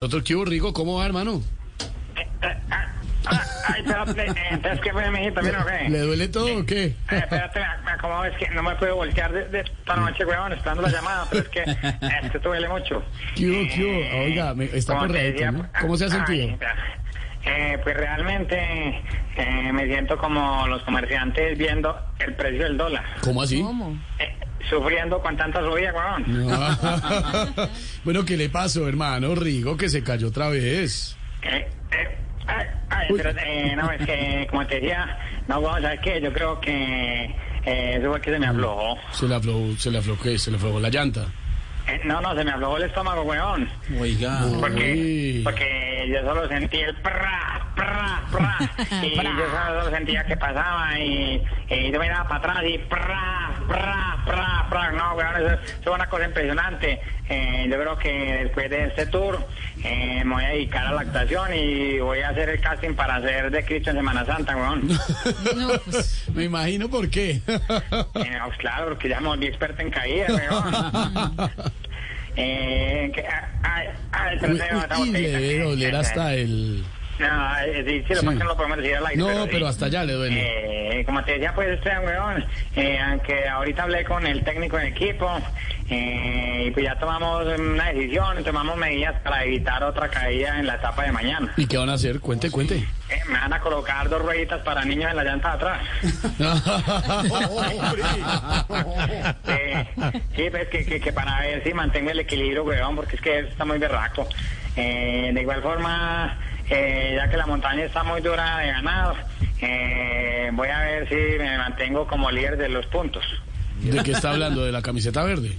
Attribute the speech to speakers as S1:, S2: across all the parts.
S1: Doctor Q, Rigo, ¿cómo va, hermano?
S2: Ay, espérate, eh, entonces, ¿qué fue, mijito? ¿Bien o qué?
S1: ¿Le duele todo o qué?
S2: Eh, espérate, me, me acomodo, es que no me puedo voltear de, de esta noche, weón, esperando la llamada, pero es que este duele mucho. Eh,
S1: ¿Qué hubo, qué hubo? Oiga, me- está
S2: como te
S1: correcto,
S2: decía,
S1: ¿no? ¿Cómo se ha
S2: ay,
S1: sentido?
S2: mira, eh, pues realmente eh, me siento como los comerciantes viendo el precio del dólar,
S1: ¿Cómo así?
S2: eh, sufriendo con tanta subida, weón.
S1: bueno, ¿qué le pasó, hermano Rigo, que se cayó otra vez?
S2: Eh, eh, ay, ay,
S1: Uy.
S2: pero eh, no, es que, como te decía, no, weón, ¿sabes qué? Yo creo que eh, eso fue que se me aflojó.
S1: Se le aflojó, se le aflojó, ¿qué? se le aflojó la llanta.
S2: Eh, No, no, se me aflojó el estómago, weón.
S3: Oiga,
S1: Uy.
S2: Porque, porque yo solo sentí el pra, pra, pra. Y yo solo, solo sentía que pasaba y, y yo miraba para atrás y pra, pra, pra, pra. No, weón, eso, eso es una cosa impresionante. Eh, yo creo que después de este tour eh, me voy a dedicar a la actuación y voy a hacer el casting para hacer de Cristo en Semana Santa, weón.
S1: me imagino por qué.
S2: Eh, no, claro, porque ya me volví experta en caída, weón. Eh, que, ah, ah, ah, el
S1: Uy,
S2: trasero, esa
S1: uy, y le
S2: botellita,
S1: debe
S2: eh,
S1: doler
S2: eh,
S1: hasta
S2: eh.
S1: el...
S2: No, eh, sí, sí, lo
S1: Sí.
S2: más que no lo podemos decir al aire.
S1: No, pero
S2: sí.
S1: hasta allá le duele.
S2: Eh, como te decía, pues este weón, eh, aunque ahorita hablé con el técnico del equipo, eh, y pues ya tomamos una decisión, tomamos medidas para evitar otra caída en la etapa de mañana.
S1: ¿Y qué van a hacer? Cuente, cuente.
S2: Eh, me van a colocar dos rueditas para niños en la llanta de atrás. Eh, sí, pues que, que, que para ver si mantengo el equilibrio, weón, porque es que está muy berraco. Eh, de igual forma, eh, ya que la montaña está muy dura de ganar, eh, voy a ver si me mantengo como líder de los puntos.
S1: ¿De qué está hablando? ¿De la camiseta verde?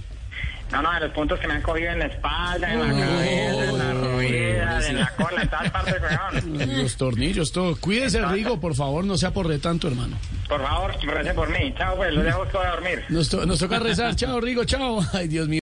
S2: No, no, de los puntos que me han cogido en la espalda, en la
S1: Uy,
S2: cabeza, en la
S1: uy,
S2: rodilla, en la cola, en todas partes, weón.
S1: Los tornillos, todo. Cuídese, Rigo, por favor, no se aporre tanto, hermano.
S2: Por favor, recen por mí. Chao, pues, los dejo que voy a dormir.
S1: Nos, to- nos toca rezar. Chao, Rigo, chao. Ay, Dios mío.